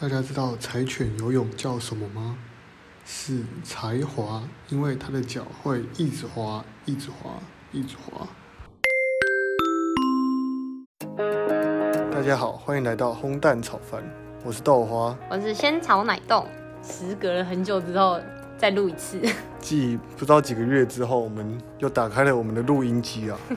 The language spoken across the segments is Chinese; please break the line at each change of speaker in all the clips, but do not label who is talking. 大家知道柴犬游泳叫什么吗？是才华，因为它的脚会一直滑，一直滑，一直滑。大家好，欢迎来到烘蛋炒饭，我是豆花。
我是仙草奶冻，时隔了很久之后再录一次，
继不知道几个月之后，我们又打开了我们的录音机啊。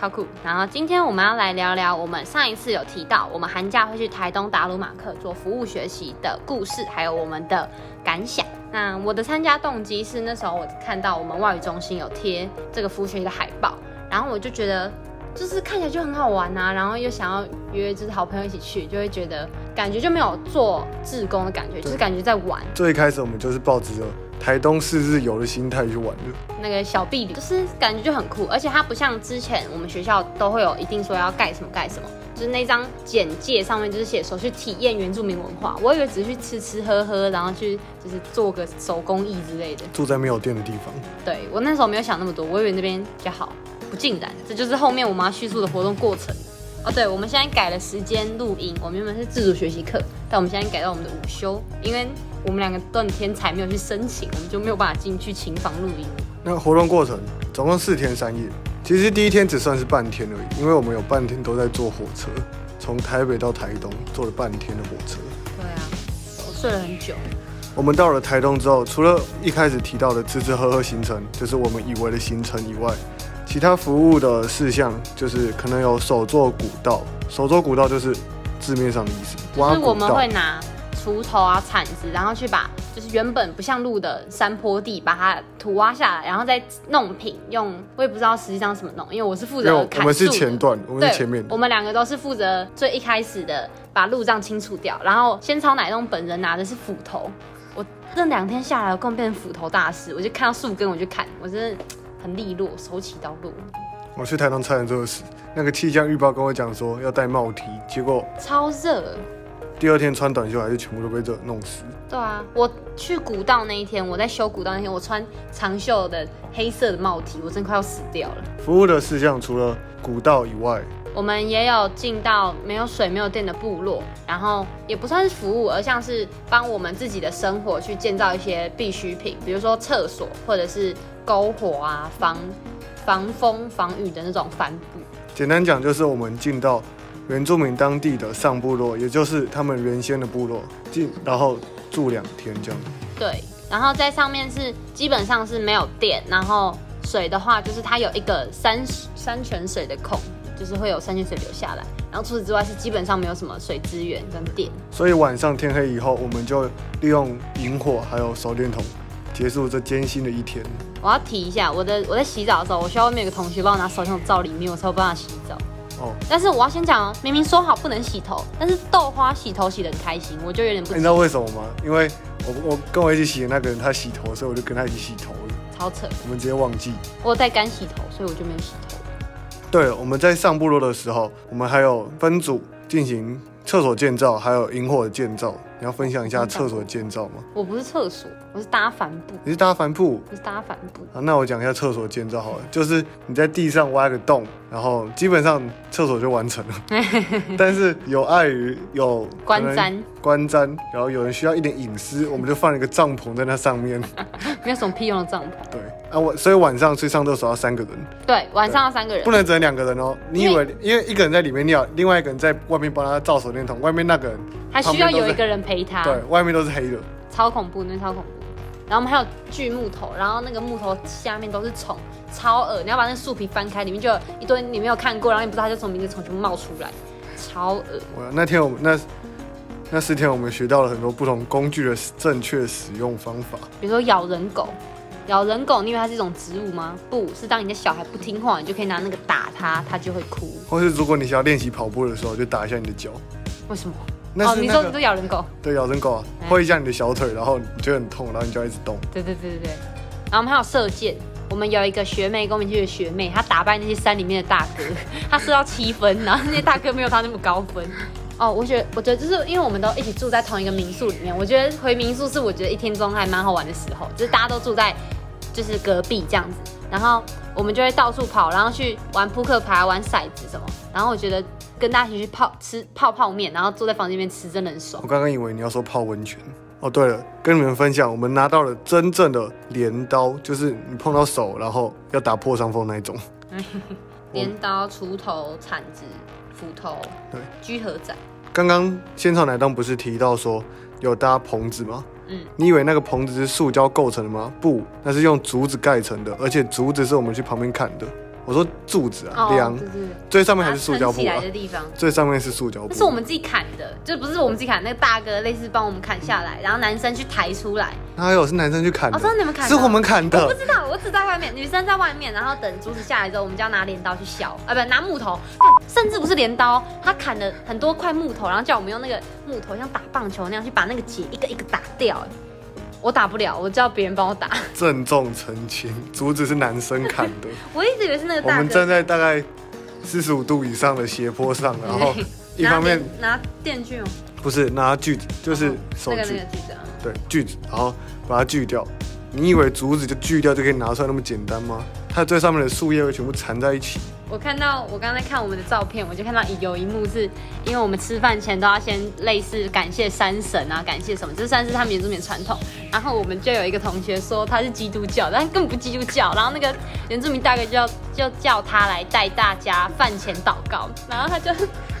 超酷。然后今天我们要来聊聊我们上一次有提到，我们寒假会去台东达鲁马克做服务学习的故事，还有我们的感想。那我的参加动机是那时候我看到我们外语中心有贴这个服务学习的海报，然后我就觉得。就是看起来就很好玩啊，然后又想要约就是好朋友一起去，就会觉得感觉就没有做志工的感觉，就是感觉在玩。
最开始我们就是抱着台东四日游的心态去玩的，
那个小臂旅，就是感觉就很酷，而且它不像之前我们学校都会有一定说要盖什么盖什么，就是那张简介上面就是写说去体验原住民文化，我以为只是去吃吃喝喝，然后去就是做个手工艺之类的。
住在没有电的地方。
对我那时候没有想那么多，我以为那边比较好，不尽然，这就是后面我们要叙述的活动过程。哦，对，我们现在改了时间录音，我们原本是自主学习课，但我们现在改到我们的午休，因为我们两个都很天才，没有去申请，我们就没有办法进去琴房录音。
那活动过程总共四天三夜，其实第一天只算是半天而已，因为我们有半天都在坐火车，从台北到台东坐了半天的火车。
对啊，我睡了很久。
我们到了台东之后，除了一开始提到的吃吃喝喝行程，就是我们以为的行程以外，其他服务的事项就是可能有手作古道，手作古道就是字面上的意思，
就
挖
是我
古
们
道
会。拿锄头啊、铲子，然后去把就是原本不像路的山坡地，把它土挖下来，然后再弄平。用我也不知道实际上怎么弄，因为我是
因
负
为
责
我
砍
我们是
树的
前段，我们
对，
是前面的
我们两个都是负责最一开始的把路障清除掉，然后仙草奶冻本人拿的是斧头。我这两天下来，我更变成斧头大师，我就看到树根我就砍，我真的很利落，手起刀落，
我去台东差点热死，那个气象预报跟我讲说要戴帽 T，结果
超热。
第二天穿短袖还是全部都被热弄死。
对啊，我去古道那一天，我在修古道那天，我穿长袖的黑色的帽 T，我真快要死掉了。
服务的事项除了古道以外，
我们也有进到没有水、没有电的部落，然后也不算是服务，而像是帮我们自己的生活去建造一些必需品，比如说厕所或者是篝火啊、防防风、防雨的那种帆布。
简单讲就是我们进到原住民当地的上部落，也就是他们原先的部落，进然后住两天这样。
对，然后在上面是基本上是没有电，然后水的话就是它有一个山山泉水的孔，就是会有山泉水流下来。然后除此之外是基本上没有什么水资源跟电。
所以晚上天黑以后，我们就利用萤火还有手电筒，结束这艰辛的一天。
我要提一下，我的我在洗澡的时候，我需要外面有个同学帮我拿手电筒照里面，我才有办法洗澡。
哦，
但是我要先讲哦，明明说好不能洗头，但是豆花洗头洗得很开心，我就有点不
你知道为什么吗？因为我我跟我一起洗的那个人他洗头，所以我就跟他一起洗头了。
超扯。
我们直接忘记。
我有带干洗头，所以我就没有洗头。
对了，我们在上部落的时候，我们还有分组进行厕所建造，还有萤火的建造。你要分享一下厕所建造吗？
我不是厕所，我是搭帆布，
你是搭帆布
我是搭帆布。
啊？那我讲一下厕所建造好了，就是你在地上挖个洞，然后基本上厕所就完成了。但是有碍于有
观
可能
瞻
观瞻，然后有人需要一点隐私，我们就放了一个帐篷在那上面。
没有什么屁用的帐篷。
对啊，我所以晚上去上厕所要三个人，
对，晚上要三个人
不。能只能两个人哦。你以
因为
为因为一个人在里面尿，另外一个人在外面帮他照手电筒，外面那个人
还需要有一
旁边
个人啊陪他，
都是对，外面都是黑的。
超恐怖，那超恐怖。然后我们还有锯木头，然后那个木头下面都是虫，超恶。你要把那树皮翻开，里面就有一堆你没有看过，然后你不知道它叫什么名字的虫全部冒出来，超恶。
我那天我们那那四天我们学到了很多不同工具的正确使用方法。
比如说咬人狗，咬人狗，你以为它是一种植物吗？不是，当你的小孩不听话，你就可以拿那个打它，它就会哭。
或是如果你想要练习跑步的时候，就打一下你的脚。
为什么？
那
哦，
是
你
那
说
个、
你说咬人狗？
对咬人狗啊，
哎
挥一下你的小腿，然后你觉得很痛，然后你就要一直动。
对对对对对。然后我们还有射箭，我们有一个学妹，跟我们一起的学妹，她打败那些山里面的大哥，她射到七分，然后那些大哥没有她那么高分。哦，我觉得，我觉得就是因为我们都一起住在同一个民宿里面，我觉得回民宿是我觉得一天中还蛮好玩的时候，就是大家都住在就是隔壁这样子，啊然后我们就会到处跑，然后去玩扑克牌、玩骰子什么，然后我觉得跟大家一起去泡吃泡泡面，然后坐在房间里面吃，真的很爽
我。刚刚以为你要说泡温泉。哦，对了，跟你们分享，我们拿到了真正的镰刀，就是你碰到手，然后要打破伤风那一种。
镰刀、锄头、铲子、斧头、
对，
居合斩，
刚刚现场奶冻不是提到说有搭棚子吗？
嗯，
你以为那个棚子是塑胶构成的吗？不，那是用竹子盖成的，而且竹子是我们去旁边看的。我说柱子啊，梁、
就是
最上面还
哦把它
是塑胶
撑
布
起
啊
来，的地方。
最上面是塑胶布。
那是我们自己砍的，就不是我们自己砍，那个大哥类似帮我们砍下来，然后男生去抬出来。
哪有是男生去砍的？
哦，真的你们砍的？
是我们砍
我
的。
不知道，我只在外面，女生在外面，然后等竹子下来之后，我们就要拿镰刀去削，啊，不，拿木头，甚至不是镰刀，他砍了很多块木头，然后叫我们用那个木头像打棒球那样去把那个结一个一个打掉。哎我打不了，我叫别人帮我打。
郑重澄清，竹子是男生砍的。
我一直以为是 那个
我
大
们
哥
站在大概四十五度以上的斜坡上，然后
对
一方面
拿电拿电锯哦，
不是拿锯子，就是
哦
手
那个那
锯，
个锯子啊，
对锯子，然后把它锯掉。你以为竹子就锯掉就可以拿出来那么简单吗？它最上面的树叶会全部缠在一起。
我看到我刚才看我们的照片，我就看到有一幕是因为我们吃饭前都要先类似感谢山神啊，感谢什么，这算是他们原住民传统。然后我们就有一个同学说他是基督教，但根本不基督教。然后那个原住民大哥就要就叫他来带大家饭前祷告，然后他就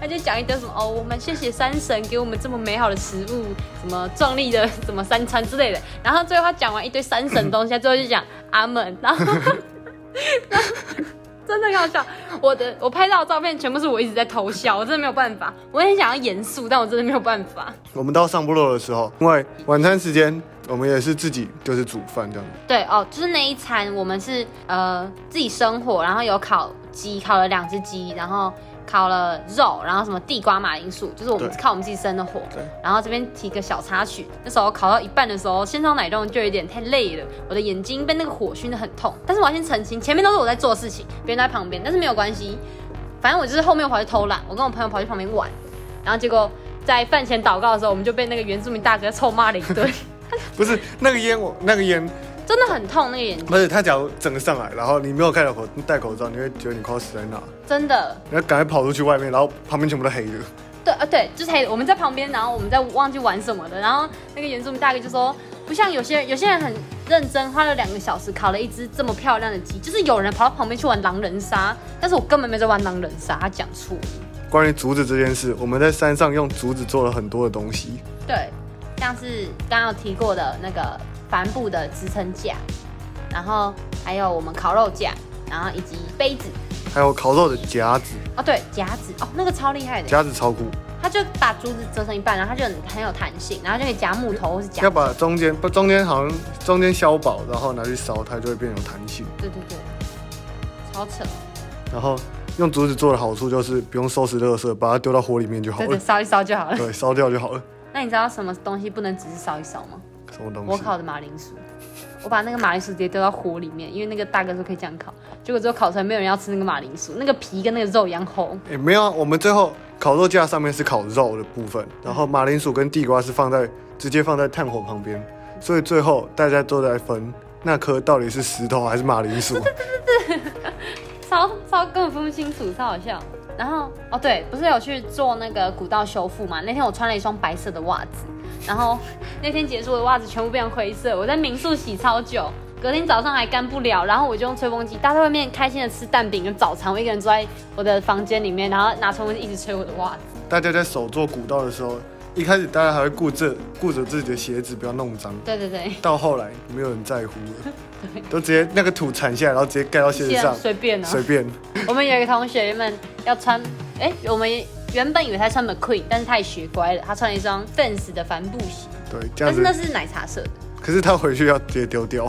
他就讲一堆什么哦，我们谢谢山神给我们这么美好的食物，什么壮丽的什么三餐之类的。然后最后他讲完一堆山神的东西，他最后就讲阿门，然后。 真的很好笑。我的我拍到的照片全部是我一直在偷笑，我真的没有办法。我很想要严肃，但我真的没有办法。
我们到上部落的时候，因为晚餐时间，我们也是自己就是煮饭这样。
对哦，就是那一餐我们是呃自己生火，然后有烤鸡，烤了两只鸡，然后烤了肉，然后什么地瓜马铃薯，就是我们
对
靠我们自己生的火
对。
然后这边提个小插曲，那时候烤到一半的时候，先烧奶冻就有点太累了，我的眼睛被那个火熏得很痛。但是我要先澄清，前面都是我在做事情，别人都在旁边，但是没有关系，反正我就是后面跑去偷懒，我跟我朋友跑去旁边玩，然后结果在饭前祷告的时候，我们就被那个原住民大哥臭骂了一顿，
不是那个烟，我那个烟，
真的很痛那个眼睛。
不是他假如整个上来，然后你没有戴口戴口罩，你会觉得你快要死在那，
真的，
然后赶快跑出去外面，然后旁边全部都黑的。
对啊，对，就是黑我们在旁边，然后我们在忘记玩什么的，然后那个原住民大哥就说，不像有些人，有些人很认真，花了两个小时烤了一只这么漂亮的鸡，就是有人跑到旁边去玩狼人杀，但是我根本没在玩狼人杀，他讲错。
关于竹子这件事，我们在山上用竹子做了很多的东西，
对，像是刚刚有提过的那个帆布的支撑架，然后还有我们烤肉架，然后以及杯子，
还有烤肉的夹子，
哦对，夹子，哦那个超厉害的，
夹子超酷，
他就把竹子折成一半，然后它就很很有弹性，然后就可以夹木头或是夹
要把中间不中间好像中间削薄，然后拿去烧，它就会变有弹性。
对对对，超扯，
然后用竹子做的好处就是不用收拾垃圾，把它丢到火里面就好
对对，
了，
烧一烧就好了。
对，烧掉就好了。
那你知道什么东西不能只是烧一烧吗？
什么东西？
我烤的马铃薯，我把那个马铃薯直接丢到火里面，因为那个大哥说可以这样烤，结果之后烤出来没有人要吃那个马铃薯，那个皮跟那个肉一样红。
诶，没有啊，我们最后烤肉架上面是烤肉的部分，然后马铃薯跟地瓜是放在直接放在炭火旁边，所以最后大家都在分那颗到底是石头还是马铃 薯。
超超根本分不清楚，超好笑。然后哦对，不是有去做那个古道修复嘛？那天我穿了一双白色的袜子，然后那天结束的袜子全部变成灰色，我在民宿洗超久，隔天早上还干不了，然后我就用吹风机，大家在外面开心的吃蛋饼跟早餐，我一个人坐在我的房间里面，然后拿吹风机一直吹我的袜子。
大家在手做古道的时候，一开始大家还会顾着顾着自己的鞋子不要弄脏，
对对对，
到后来没有人在乎了， 都直接那个土铲下来，然后直接盖到鞋 子
现在
上，
随便啊。
随便。
我们有一个同学原本要穿，哎、我们原本以为他穿 McQueen，但是他也学乖了，他穿了一双 Vans 的帆布鞋，
对，这样
但
子
是那。是奶茶色的。
可是他回去要直接丢掉，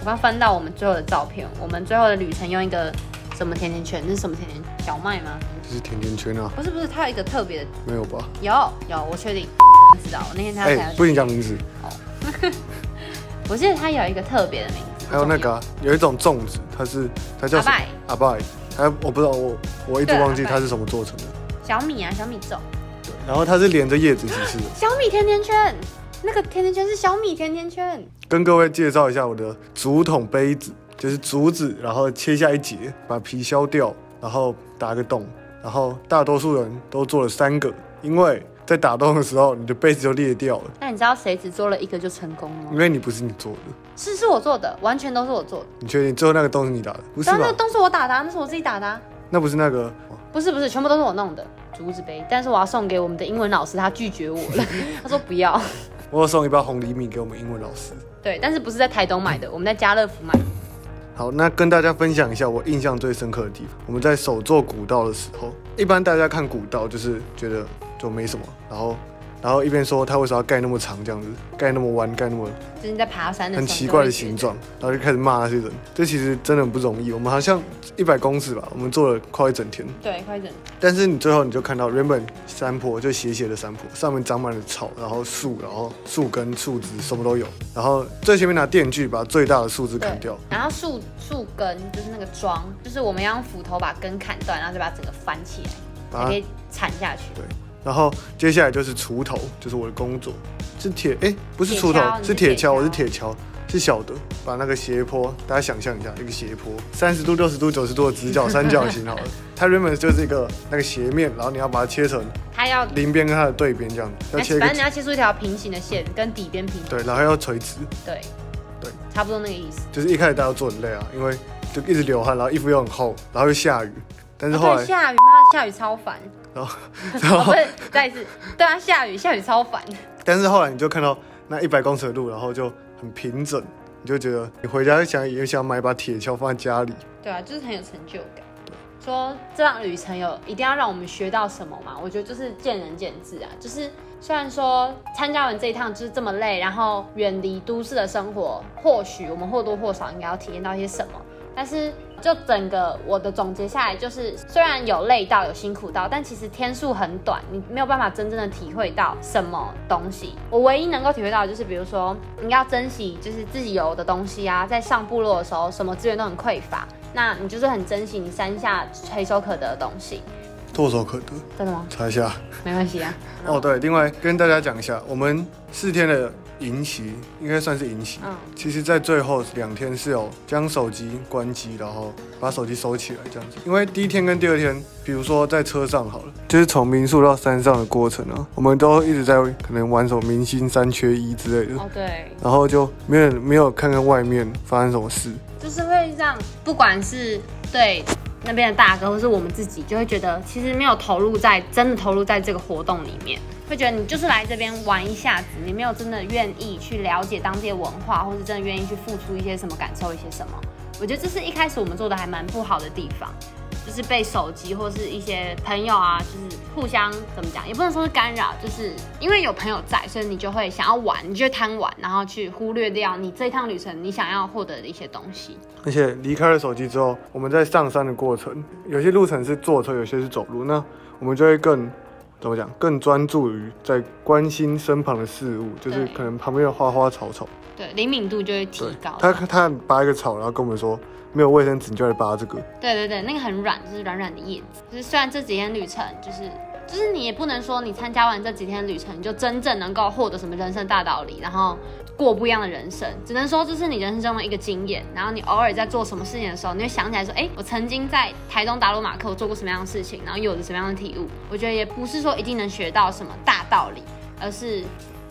我刚翻到我们最后的照片，我们最后的旅程用一个什么甜甜圈？那是什么甜甜圈？小麦吗？
就是甜甜圈啊，
不是不是，它有一个特别的，
没有吧？
有有，我确定，知道。我那天他才
哎、
要去，
不影响名字。
我记得它有一个特别的名字，
还有那个、啊、有一种粽子，它是它叫什么？阿拜。还有我不知道，我我一直
对啊
忘记
阿拜
它是什么做成的。
小米啊，小米粽，
对，然后它是连着叶子一起吃的。
小米甜甜圈，那个甜甜圈是小米甜甜圈，
跟各位介绍一下我的竹筒杯子，就是竹子，然后切下一节，把皮削掉，然后打个洞，然后大多数人都做了三个，因为在打洞的时候你的被子就裂掉了，
那你知道谁只做了一个就成功了
因
吗？
为你不是你做的。
是是我做的，完全都是我做的。
你确定最后那个洞是你打的？不是
然后那
吧
个？洞是我打的啊、那是我自己打的、啊，
那不是那个
不是不是，全部都是我弄的竹子杯。但是我要送给我们的英文老师，他拒绝我了， 他说不要。
我有送一包红藜米给我们英文老师。
对，但是不是在台东买的，我们在家乐福买的。
好，那跟大家分享一下我印象最深刻的地方。我们在手做古道的时候，一般大家看古道就是觉得就没什么，然后然后一边说他为什么要盖那么长这样子，盖那么弯，盖那么
就是你在爬山的时
很
候
奇怪的
你
形
就会觉
状，然后就开始骂那些人。这其实真的很不容易，我们好像一百公尺吧，我们做了快一整天。
得。对，快点。
但是你最后你就看到原本山坡就斜斜的山坡，上面长满了草，然后树，然后树根、树枝什么都有，然后最前面拿电锯把最大的树枝砍
对
掉。，
然后树树根就是那个桩，就是我们要用斧头把根砍断，然后再把整个翻起来，
啊
才可以铲下去。
然后接下来就是锄头，就是我的工作，是铁哎、不是锄
铁锹
头，
你
是
是
铁
铁
锹，
锹
我是铁锹，是小的，把那个斜坡，大家想象一下，一个斜坡，三十度、六十度、九十度的直角三角形好 了，它原本就是一个那个斜面，然后你要把它切成
它要，
邻边跟它的对边这样，要
哎
切一个
反正你要切出一条平行的线，跟底边平行。
对，然后要垂直，
对，
对，
差不多那个意思。
就是一开始大家都做很累啊，因为就一直流汗，然后衣服又很厚，然后又下雨，但是后
啊
来
对，下雨，妈下雨超烦。
然后
哦，不是，再一次，对啊，下雨，下雨超烦。
但是后来你就看到那一百公尺的路，然后就很平整，你就觉得你回家想也想买一把铁锹放在家里，
对啊，就是很有成就感。说这趟旅程有一定要让我们学到什么嘛？我觉得就是见仁见智啊。就是虽然说参加完这一趟就是这么累，然后远离都市的生活，或许我们或多或少应该要体验到一些什么。但是就整个我的总结下来，就是虽然有累到有辛苦到，但其实天数很短，你没有办法真正的体会到什么东西。我唯一能够体会到的就是，比如说你要珍惜就是自己有的东西啊，在上部落的时候，什么资源都很匮乏，那你就是很珍惜你山下垂手可得的东西。
唾手可得。
真的吗？
查一下
没关系啊。
哦，对，另外跟大家讲一下，我们四天的营习应该算是营习。
嗯，
其实，在最后两天是有将手机关机，然后把手机收起来这样子。因为第一天跟第二天，比如说在车上好了，就是从民宿到山上的过程啊，我们都一直在可能玩什么明星三缺一之类的，
哦对，
然后就没有没有看看外面发生什么事。
就是会让不管是对那边的大哥，或是我们自己，就会觉得其实没有投入在真的投入在这个活动里面，会觉得你就是来这边玩一下子，你没有真的愿意去了解当地的文化，或是真的愿意去付出一些什么，感受一些什么。我觉得这是一开始我们做的还蛮不好的地方，就是被手机或是一些朋友啊，就是互相怎么讲，也不能说是干扰，就是因为有朋友在，所以你就会想要玩，你就会贪玩，然后去忽略掉你这一趟旅程你想要获得的一些东西。
而且离开了手机之后，我们在上山的过程，有些路程是坐车，有些是走路，那我们就会更怎么讲，更专注于在关心身旁的事物，就是
对
可能旁边的花花草草。
对，灵敏度就会提高。
他他拔一个草，然后跟我们说没有卫生纸，你就来拔这个。
对对对，那个很软，就是软软的叶子。就是虽然这几天旅程，就是就是你也不能说你参加完这几天旅程，你就真正能够获得什么人生大道理，然后过不一样的人生。只能说这是你人生中的一个经验。然后你偶尔在做什么事情的时候，你会想起来说，哎，我曾经在台东达鲁马克我做过什么样的事情，然后有着什么样的体悟。我觉得也不是说一定能学到什么大道理，而是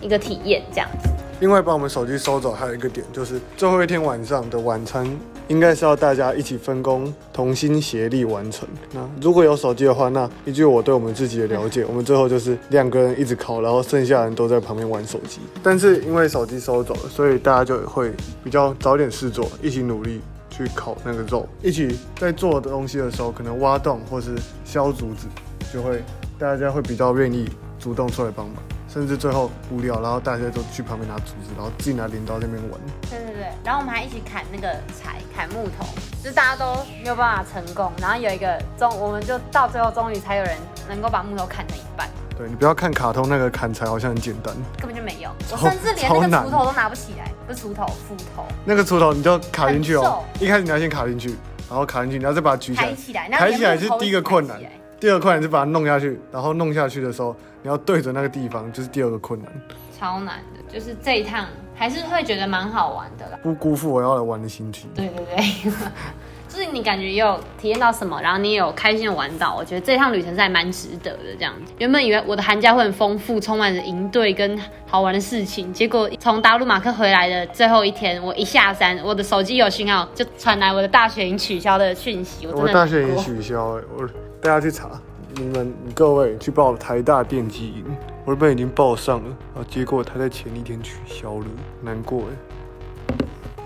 一个体验这样子。
另外，把我们手机收走还有一个点，就是最后一天晚上的晚餐，应该是要大家一起分工，同心协力完成。那如果有手机的话，那依据我对我们自己的了解，我们最后就是两个人一直烤，然后剩下人都在旁边玩手机。但是因为手机收走了，所以大家就会比较找点事做，一起努力。去烤那个肉，一起在做的东西的时候，可能挖洞或是削竹子，就会大家会比较愿意主动出来帮忙，甚至最后无聊，然后大家都去旁边拿竹子，然后自己拿镰刀在那边玩。
对对对，然后我们还一起砍那个柴，砍木头，就是大家都没有办法成功，然后有一个终，我们就到最后终于才有人能够把木头砍成一半，
对你不要看卡通那个砍柴好像很简单，
根本就没有，我
超
甚至连那
超
个
难
锄头都拿不起来，不是锄头，斧头，
那个锄头你就卡进去哦
很，
一开始你要先卡进去，然后卡进去，你要再把它举起
抬
来。
起来，然后
啊抬
连
起来
木
是
头
第一
都
个
抬
困
起
难
来，
第二个困难是把它弄下去，然后弄下去的时候，你要对准那个地方，就是第二个困难。
超难的，就是这一趟还是会觉得蛮好玩的啦。
不辜负我要来玩的心情。
对对对， 就是你感觉也有体验到什么，然后你也有开心的玩到，我觉得这趟旅程是还蛮值得的。这样子，原本以为我的寒假会很丰富，充满着营队跟好玩的事情，结果从达鲁马克回来的最后一天，我一下山，我的手机有讯号就传来我的大学营取消的讯息，我真
我
的
大学
难
也
过
取消、欸，我大家去查，你们你各位去报台大电机营，我原本已经报上了，然后结果他在前一天取消了，难过哎、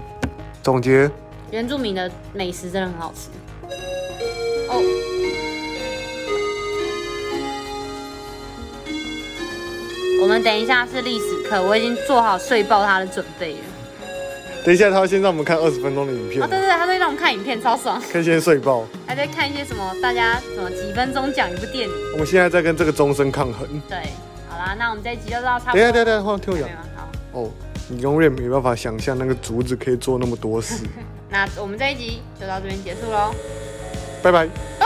总结，
原住民的美食真的很好吃。哦，我们等一下是历史课，我已经做好睡爆他的准备了。
等一下他要先让我们看二十分钟的影片，
哦，对对对，他在让我们看影片，超爽，
可以先睡爆。
还在看一些什么大家什么几分钟讲一部电影。
我们现在在跟这个钟声抗衡。
对，好啦，那我们这一集就到差不
等一下，。
多
等一下，等一下，换听我讲
没。有好，
哦，你永远没办法想象那个竹子可以做那么多事。
那我们这一集就到这边结束喽，
拜拜。
拜。